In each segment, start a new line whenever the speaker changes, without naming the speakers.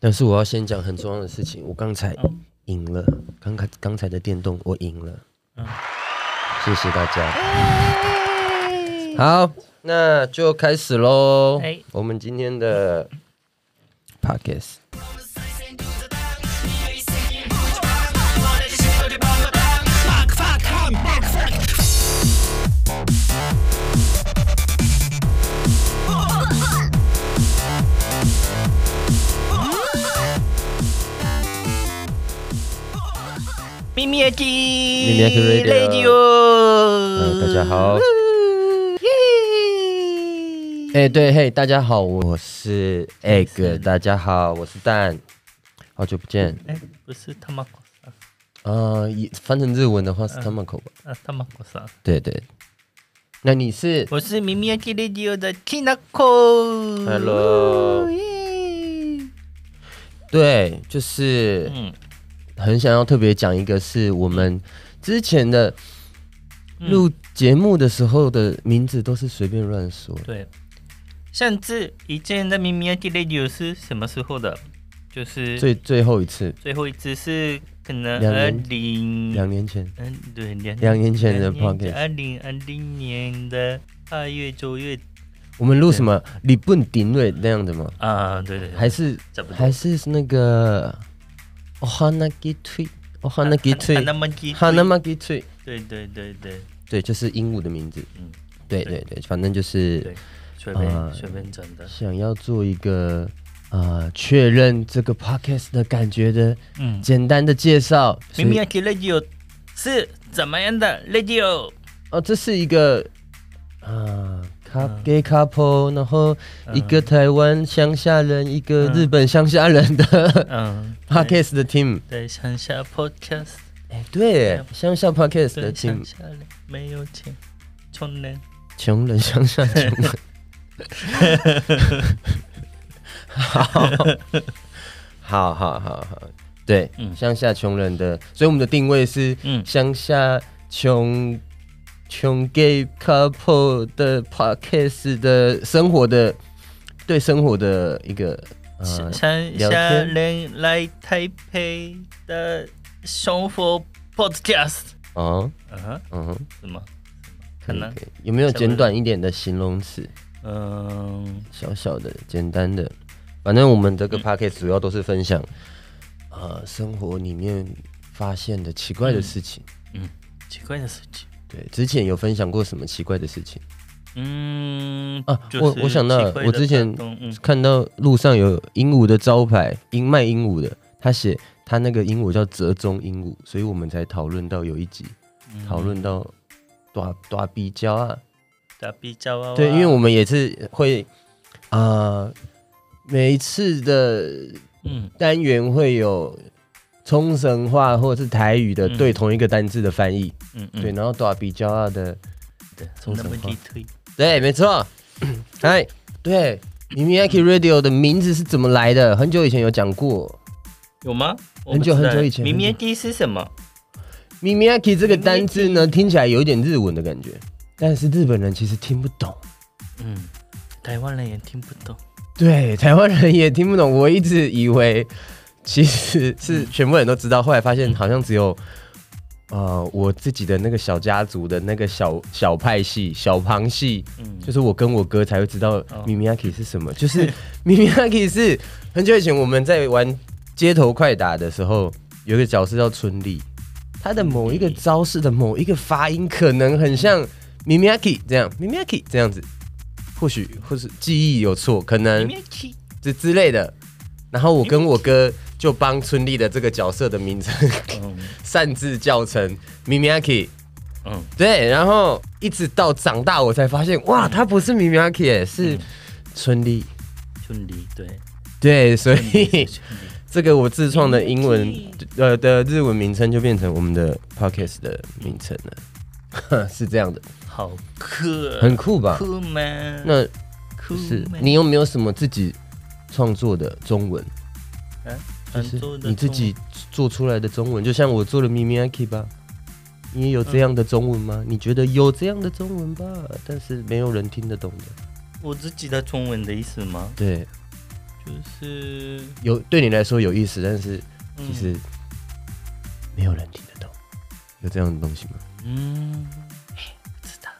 但是我要先讲很重要的事情，我刚才
哦
赢了，刚才刚才的电动我赢了，
嗯
谢谢大家。好，那就开始喽
哎。
我们今天的 podcast，
咪咪阿基，
咪
咪
咪阿基 Radio 嗯大家好哎、对，嘿，大家好，我是 egg，大家好，我是蛋，好久不见。
哎，不是他妈狗桑，
呃，也翻成日文的话是 tamako 吧？
啊，他妈狗桑，
对对。那你是
我是咪咪阿基 radio 的 Kinako。
Hello
耶
对，就是
嗯
很想要特别讲一个，是我们之前的
嗯
录节目的时候的名字都是随便乱说的。
对，甚至以前的咪咪阿基 radio 是什么时候的？就是
最最后一次，
最后一次是可能
两
二
年
零
两年前，
嗯，对，两
两年前的 podcast，
二零二零年的二月九月
我们录什么李笨顶瑞那样的吗？
啊，对对，对
还是
差不多
还是那个哦哈那给退，哦哈那给退，
那么给
哈那么给退，
对对对对，
对，就是鹦鹉的名字。
嗯，
对对
对
对，反正就是
对随便
啊
随便整的，
想要做一个啊确、认这个 podcast 的感觉的
嗯，
简单的介绍。所以
明明要给 radio 是怎么样的 radio？
哦，这是一个
嗯
啊。gay couple，然后一个台湾乡下人，一个
嗯
日本乡下人的
嗯， 对
podcast 的 team，
对乡下 podcast，
哎，对耶，乡下 podcast 的
对
team
乡。下人没有钱，穷人
穷人乡下穷人。 好，好，好，好，好，对，
嗯
乡下穷人的，所以我们的定位是
嗯
乡下穷穷 gay couple 的 podcast 的生活的对生活的一个呃
乡乡
聊
下
天
人来台北的生活 podcast，
哦
嗯哼，
嗯哼，
什么？可
可以
能
可以，有没有
小的
简短一点的形容词？
嗯，
小小的、简单的，反正我们这个 p a c k a g e 主要都是分享，呃，生活里面发现的奇怪的事情。
奇怪的事情。
对，之前有分享过什么奇怪的事情？
嗯
啊
就
我
是
我想到了
奇怪的
我之前
感动嗯
看到路上有鹦鹉的招牌，鹰卖鹦鹉的，他写他那个鹦鹉叫折中鹦鹉，所以我们才讨论到有一集讨论到大大比较啊，
打比较啊，
对，因为我们也是会啊、呃每一次的
嗯
单元会有冲绳话或者是台语的
嗯
对同一个单字的翻译，
嗯嗯
对，然后多少比较二的，
对，
从
那么
神话
地推，
对，没错。哎，对，Miyaki Radio 的名字是怎么来的？很久以前有讲过
有吗？我
很久
不知道
很久以前
明明地是什么？
，Miyaki 这个单字呢，听起来有一点日文的感觉，但是日本人其实听不懂。
嗯，台湾人也听不懂。
对，台湾人也听不懂。我一直以为其实是全部人都知道，后来发现好像只有
嗯
呃我自己的那个小家族的那个小小派系、小旁系，
嗯，
就是我跟我哥才会知道
哦
Mimiyaki 是 什么。就是 Mimiyaki 是很久以前我们在玩街头快打的时候，有一个角色叫春丽，他的某一个招式的某一个发音可能很像
嗯
Mimiyaki 这样，Mimiyaki 这样子。或许或是记忆有错，可能
明明地
之之类的。然后我跟我哥就帮春丽的这个角色的名称
嗯
擅自叫成 Mimiyaki，
嗯
对，然后一直到长大我才发现，
嗯
哇，他不是 Mimiyaki，耶是春丽，
顺利对，
对，所以
顺利
这个我自创的英文
Mimiyaki
呃的日文名称就变成我们的 podcast 的名称了， 是这样的，
好酷，
很酷吧？
嗯酷吗？
那
酷
是
吗
你有没有什么自己创作的中文？就
很
是
多的
你自
中
己做出来的中文，就像我做的 Mimiyaki 吧，你也有这样的中文吗？你觉得有这样的中文吧，但是没有人听得懂的。
我自己的中文的意思吗？
对，
就是
有对你来说有意思，但是
嗯
其实没有人听得懂，有这样的东西吗？
嗯，不知道。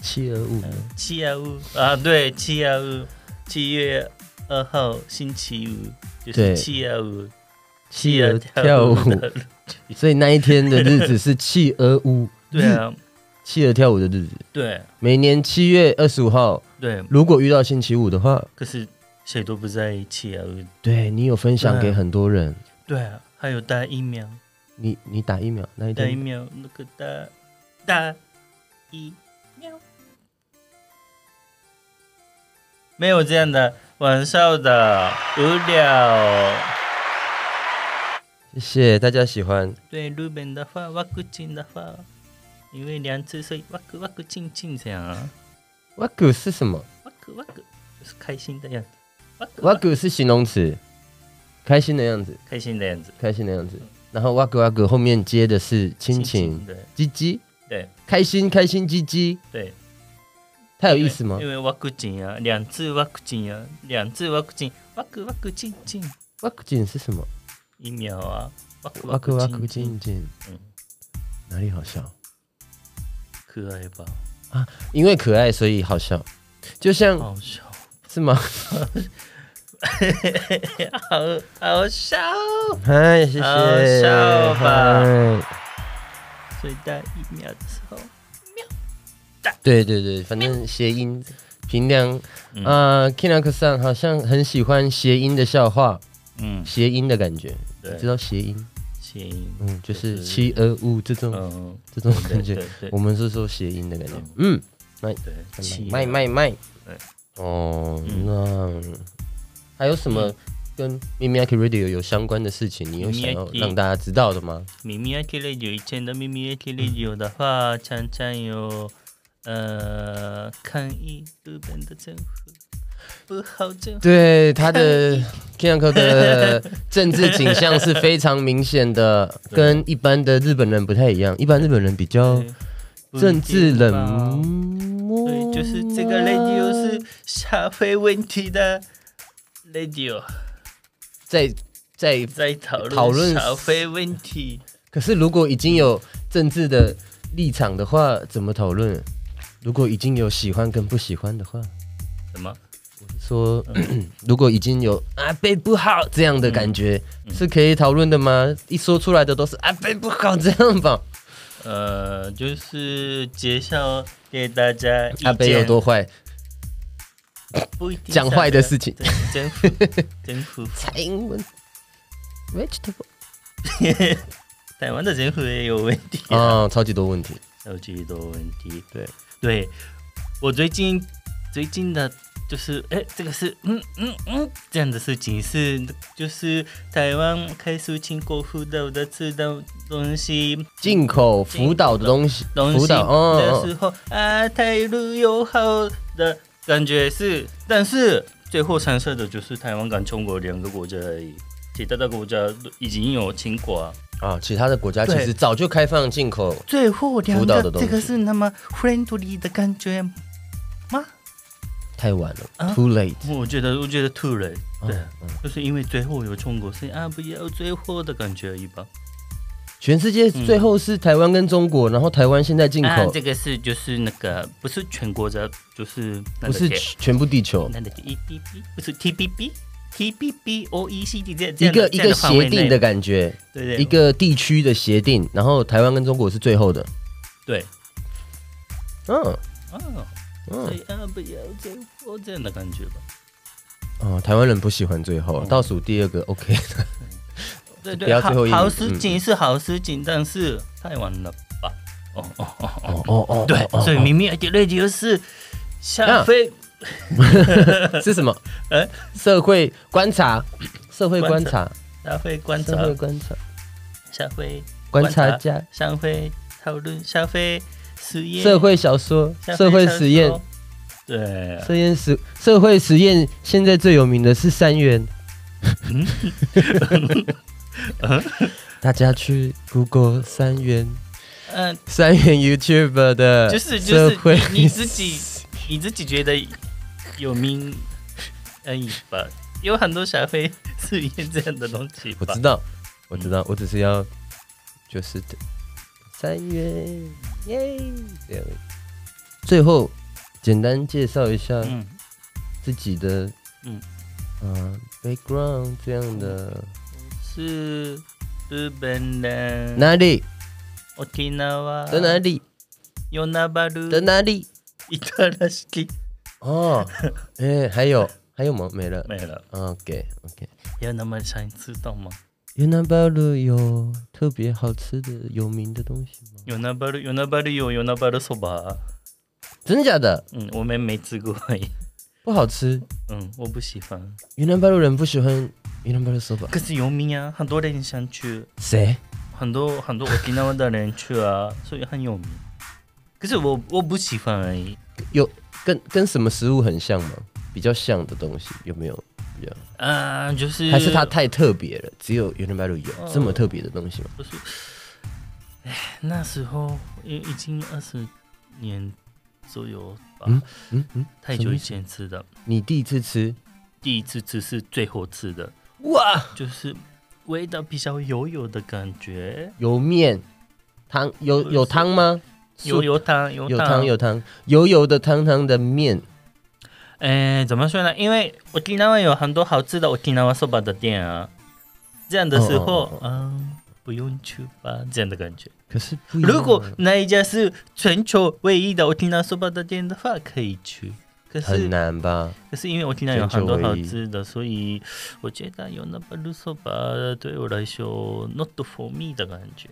七二五
七月五啊，对，七月五，七月二号星期五，就
对
是七月五，
企
月
鹅跳舞，
的日子
所以那一天的日子是企鹅舞，
对啊，
企鹅跳舞的日子。
对
每年七月二十五号，
对，
如果遇到星期五的话，
可是谁都不在七月五，
对你有分享
对啊
给很多人，
对啊，还有打疫苗，
你你打疫苗那一
打疫
天，
苗那个打打疫苗，没有这样的晚上的无聊。
谢谢大家喜欢。
对日本的话，哇咕金的话，因为两次所以哇咕哇咕静静这样啊，
哇古是什么？
哇咕哇咕就是开心的样子，哇咕
哇
哇咕
古是形容词，开心的样子，
开心的样子，
开心的样子。然后哇古哇古后面接的是亲情，
对
鸡鸡，
对
开心开心鸡鸡，
对，
它有意思吗
因？为哇咕金啊，两次哇咕金啊，两次哇咕金，哇咕哇咕静静
哇古景是什么？
疫苗啊，哇咕
哇古哇古静
静
静
嗯，
哪里好笑？啊
可爱吧，
因为可爱所以好笑，就像
好笑，
是吗？
好好笑，
嗨，谢谢，
好笑吧
嗨
所以打疫苗的时候，
对对对，反正谐音平凉
嗯
啊 k i n a k 上好像很喜欢谐音的笑话，
嗯，
谐音的感觉，
对
你知道谐音？
行，
嗯，就是
就是
七二五这种
嗯，
这种
对
感觉，
对对
我们是说谐音的感觉
嗯。
嗯，
对，七
卖
月
卖卖
对。
哦，
嗯
那还有什么跟 Mimiyaki Radio 有相关的事情，你有想要
Mimiyaki
让大家知道的 吗？
耳明けレディオ以前的耳明けレディオ的话，常常有呃抗议日本的政府不好政府，
对他 的 k i n a k 的政治倾向是非常明显的，跟一般的日本人不太一样。一般日本人比较
对
政治冷。
不
漠，
一定吧对，就是这个 radio 是社会问题的 radio，
在在。
在讨论
讨论
社会问题。
可是如果已经有政治的立场的话，怎么讨论？如果已经有喜欢跟不喜欢的话，
什么？
说
嗯
如果已经有阿贝不好这样的感觉，
嗯
是可以讨论的吗？一说出来的都是阿贝不好这样吧？
呃，就是介绍给大家意见
阿贝啊有多坏？
不一定
讲坏的事情
对，政府 政府
蔡英文，vegetable
台湾的政府也有问 题啊，
啊、超级多问题。
超级多问题。
对
对，我最近最近的，就是哎，这个是嗯嗯嗯这样的事情是，就是台湾开始进口辅导的吃的东西，
进口辅导的东西，
东
辅
西
导，
的时
哦，
候、啊，台陆友好的感觉是，但是最后产生的就是台湾跟中国两个国家而已，其他的国家都已经有清国、啊。
啊，其他的国家其实
对
早就开放进口，
最后两
辅导的
个
东
这
西
个是那么 friendly 的感觉吗？
太晚了、
啊
t o o late。
我觉得，我觉得突然，对，
嗯嗯
就是因为最后有中国，所以啊，不要最后的感觉而已吧。
全世界最后是台湾跟中国，然后台湾现在进
嗯啊
口、，
这个是就是那个不是全国的，就是那
不
个
是
给
全部地球，
那个 E B B 不是 T B B T B B O E C D 这样
一
这样的
个一
这样
个
的范围
协定的
内，
感觉，
对对
一个地区的协定，然后台湾跟中国是最后的。
对，
嗯
哦，所
嗯
以啊，不要最后这样的感觉吧。
哦，台湾人不喜欢最后
嗯
倒数第二个 OK
对
不
对，
要最后一嗯
好
名
好事情是好事情，但是太晚了吧？哦哦哦哦，
哦哦哦，
对
哦，
所以明明 r a d 是下飞
是什么？
哎
社会观察，社会观察，
下飞观察
社，会观察，
下飞
观察家，
上飞讨论，下飞实验，
社会小说
下，飞
社会
探
实验
索，，对，
实验实社会实验，现在最有名的是三元。大家去 Google 三元
嗯，
三元 YouTube 的
就是就
社
是
会
你你自己你自己觉得有名而已吧，有很多小飞是演这样的东西
我
吧
知？道，我知道，我只是要就是的三月耶这样。最后简单介绍一下
嗯，
自己的嗯
嗯
呃 background 这样的
是日本的
哪里
沖縄
在哪里
与那原原
在
原
哪里
新しき
哦，哎、还有还有吗？没了。
没了。
OK OK。
有那么想知道吗？
云南巴鲁有特别好吃的有名的东西吗？
有那巴鲁有那巴鲁有有那巴鲁そば。
真的假的？
嗯，我们没吃过而已。
不好吃。
嗯，我不喜欢。
云南巴鲁人不喜欢云南巴鲁 soba。
可是有名啊，很多人想去，
谁？
很多很多沖縄的人去啊，所以很有名。可是我我不喜欢而已。
有跟跟什么食物很像吗？比较像的东西有没有？比较
啊、就是
还是它太特别了，只有云南白鹭有、
哦
这么特别的东西吗？
不是，哎，那时候已已经二十年左右吧，
嗯嗯嗯，
太久以前吃的，
你第一次吃，
第一次吃是最后吃的，
哇，
就是味道比较油油的感觉，
有面汤有有汤吗？
油
是
油汤油
有
汤
汤有汤，油油的汤汤的面，
哎，怎么说呢？因为沖縄有很多好吃的沖縄そば的店啊，这样的时候，
哦哦哦
嗯，不用去吧，这样的感觉。
可是不一样啊
如果那一家是全球唯一的沖縄そば的店的话，可以去。可
很
是，
难吧？
可是因为我听到有很多
全球
好
唯一
吃的，所以我觉得有那巴鲁そば对我来说 not for me 的感觉。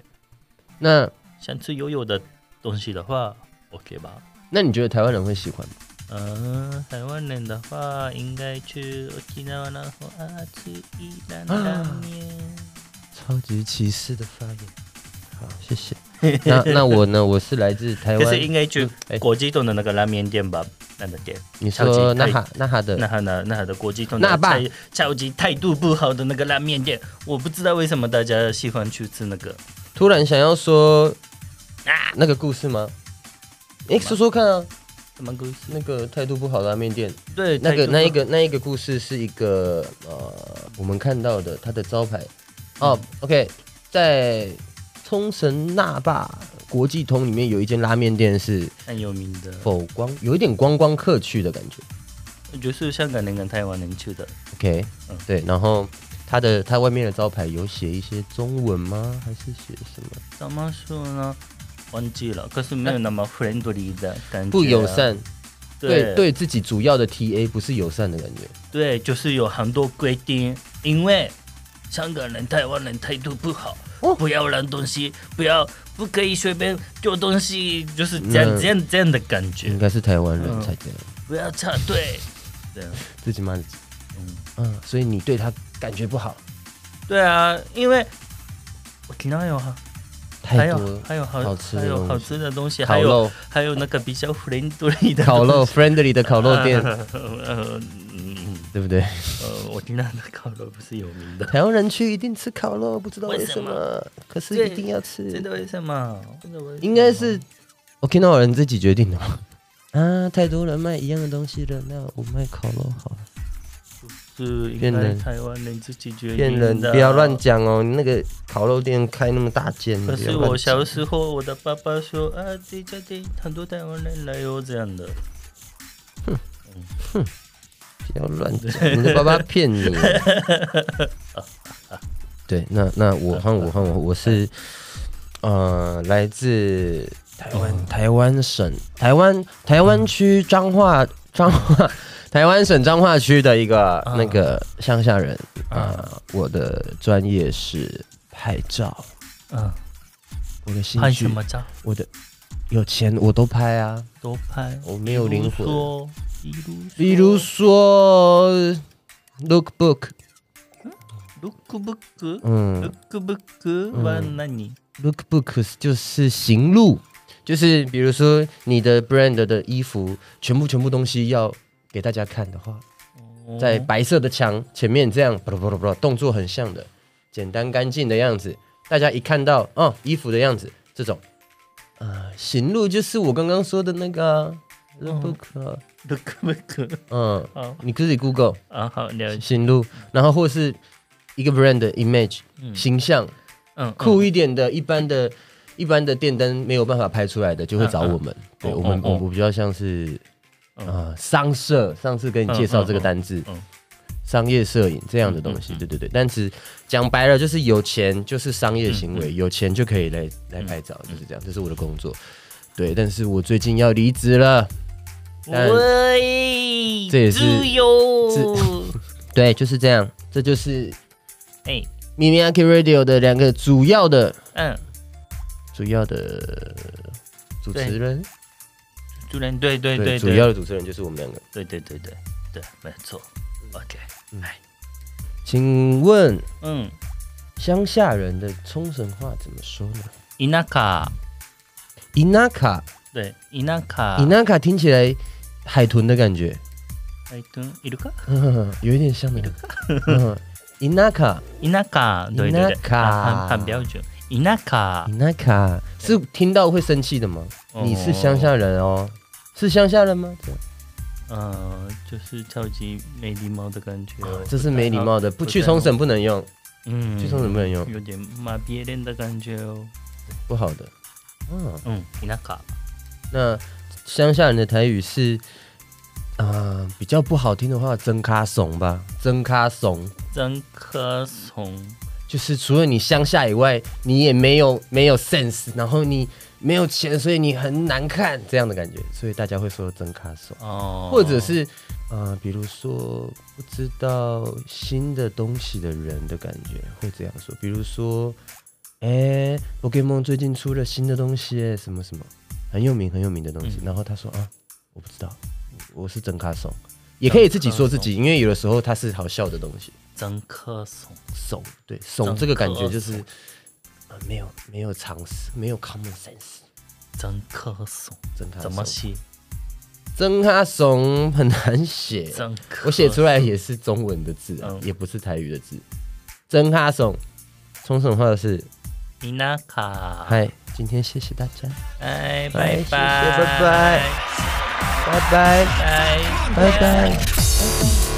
那
想吃油油的东西的话，OK 吧？
那你觉得台湾人会喜欢吗？
嗯，台湾人的话，应该去沖縄然后啊吃一兰拉面。
超级歧视的发言。好，谢 谢。那那我呢？我是来自台
可是
湾，
应该去
哎
国际洞的那个拉面店吧，那个店，
你
超级
说那
太
哈哎那哈的
那哈那那哈的国际洞
那
的
吧
态超级态度不好的那个拉面店，我不知道为什么大家喜欢去吃那个。
突然想要说啊那个故事吗？哎、说说看啊，
什么故事？
那个态度不好的拉面店，
对，
那个
态度不好
那一个那一个故事是一个呃，我们看到的它的招牌哦、o k 在冲绳那霸国际通里面有一间拉面店是
很哎有名的，
否光，有一点观光客去的感觉
就是香港人跟台湾人去的。
，OK，、
嗯
对，然后它的它外面的招牌有写一些中文吗？还是写什么？
怎么说呢？忘记了，可是没有那么 friendly 的感觉啊、
不友善，对
对
对自己主要的 TA 不是友善的感觉。
对，就是有很多规定，因为香港人、台湾人态度不好，
哦
不要扔东西，不要不可以随便丢东西，就是这样、
嗯
这样这样的感觉
应，该是台湾人才这样，
不要插队，这样，
自己骂自己。
嗯，
嗯，所以你对他感觉不好，
对啊，因为我听到有啊还
太
有
多
还有好
好吃的
还有好
东西
吃的东西，还
烤
有
肉、
还有那个比较 friendly 的
烤肉
东西
friendly 的烤肉店，
呃 呃嗯
对不对？
呃，我听到的烤肉不是有名的，
台湾人去一定吃烤肉，不知道为什
为
么，可是
对
一定要
真
吃，
的为什么？真的为什么
应该是 Okinawa 人自己决定的吧。嗯啊，太多人卖一样的东西了，那我卖烤肉好了。
是
骗
应该
人
台湾人自己决定的
骗人，不要乱。讲哦！你那个烤肉店开那么大间，
可
不要
是
乱
我小
讲
时候，我的爸爸说啊，这家店很多台湾人来哦，这样的。
不要乱讲，你的爸爸骗 你。对，那那我换我换我，我是呃来自台
哦
湾台湾省台湾台湾区彰化彰化台湾省彰化区的一个
啊
那个乡下人啊、我的专业是拍照，
嗯，
我的兴
拍什
趣
么照？
我的有钱我都拍啊，
多拍。
我没有灵魂。
比如说，
比如说 lookbook，
，lookbook，lookbook
嗯。
は何？
Lookbook 就是行路，就是比如说你的 brand 的衣服，全部全部东西要给大家看的话，
哦
在白色的墙前面这样，不不不不，动作很像的，简单干净的样子，大家一看到哦衣服的样子，呃这种，啊、行路就是我刚刚说的那个、啊、
嗯
Lookbook，、啊
不可不可
嗯，
好
你自己 Google
啊，好了解，
行路，然后或是一个 brand 的 image
嗯
形象，
嗯，
酷
嗯
一点的，一般的、一般的电灯没有办法拍出来的，就会找我们。对
哦
我们，
哦
我们比较像是
嗯
啊商社，上次跟你介绍这个单字
嗯嗯嗯，
商业摄影这样的东西。
嗯嗯嗯
对对对，但是讲白了就是有钱就是商业行
嗯
为，有钱就可以来来拍照，就是这样。这是我的工作。对，但是我最近要离职了。但
喂，
这也是
自由，
对，就是这样。这就是
哎，
m i m i a k i Radio 的两个主要的
嗯，
主要的主持人。
主任，对对对，
主要的主持人就是我们两个。
对对对对对，没错，OK，
请问
嗯，
乡下人的冲绳话怎么说呢
伊那卡，
？inaka
对，伊那卡，
inaka 听起来海豚的感觉，
哎，对，伊鲁卡，
呵呵呵 有一点像那 个。呵呵 inaka
伊那卡，对对对，
田舎
啊很很标准，伊那卡，
inaka 是听到会生气的吗？
哦
你是乡下人哦，是乡下人吗？这样
呃，就是超级没礼貌的感觉，
这是没礼貌的，不去冲绳不能用，
嗯，
去冲绳不能用，
有点骂别人的感觉哦。
不好的。嗯，
嗯，田舎。
那乡下人的台语是。啊、比较不好听的话，真咖怂吧，真咖怂，
真科从
就是除了你乡下以外，你也没有没有 sense，然后你没有钱，所以你很难看这样的感觉，所以大家会说真卡手，
哦，
或者是呃，比如说不知道新的东西的人的感觉会这样说，比如说，哎、p o k e m o n 最近出了新的东西耶，什么什么，很有名很有名的东西，
嗯哦
然后他说啊，我不知道，我是真卡手，也可以自己说自己，因为有的时候它是好笑的东西。
真科从
怂，对怂
真
这个感觉
可
就是
怂、
呃、没有没有常识，没有 common sense，
真科从
真他
怎么写？
真他怂很难写，
真科
我写出来也是中文的字、啊，
嗯
也不是台语的字。真哈怂，冲绳话的是
田舎。
嗨，今天谢谢大家，哎
哎，拜
谢谢
拜，
拜拜拜拜
拜
拜拜。
拜。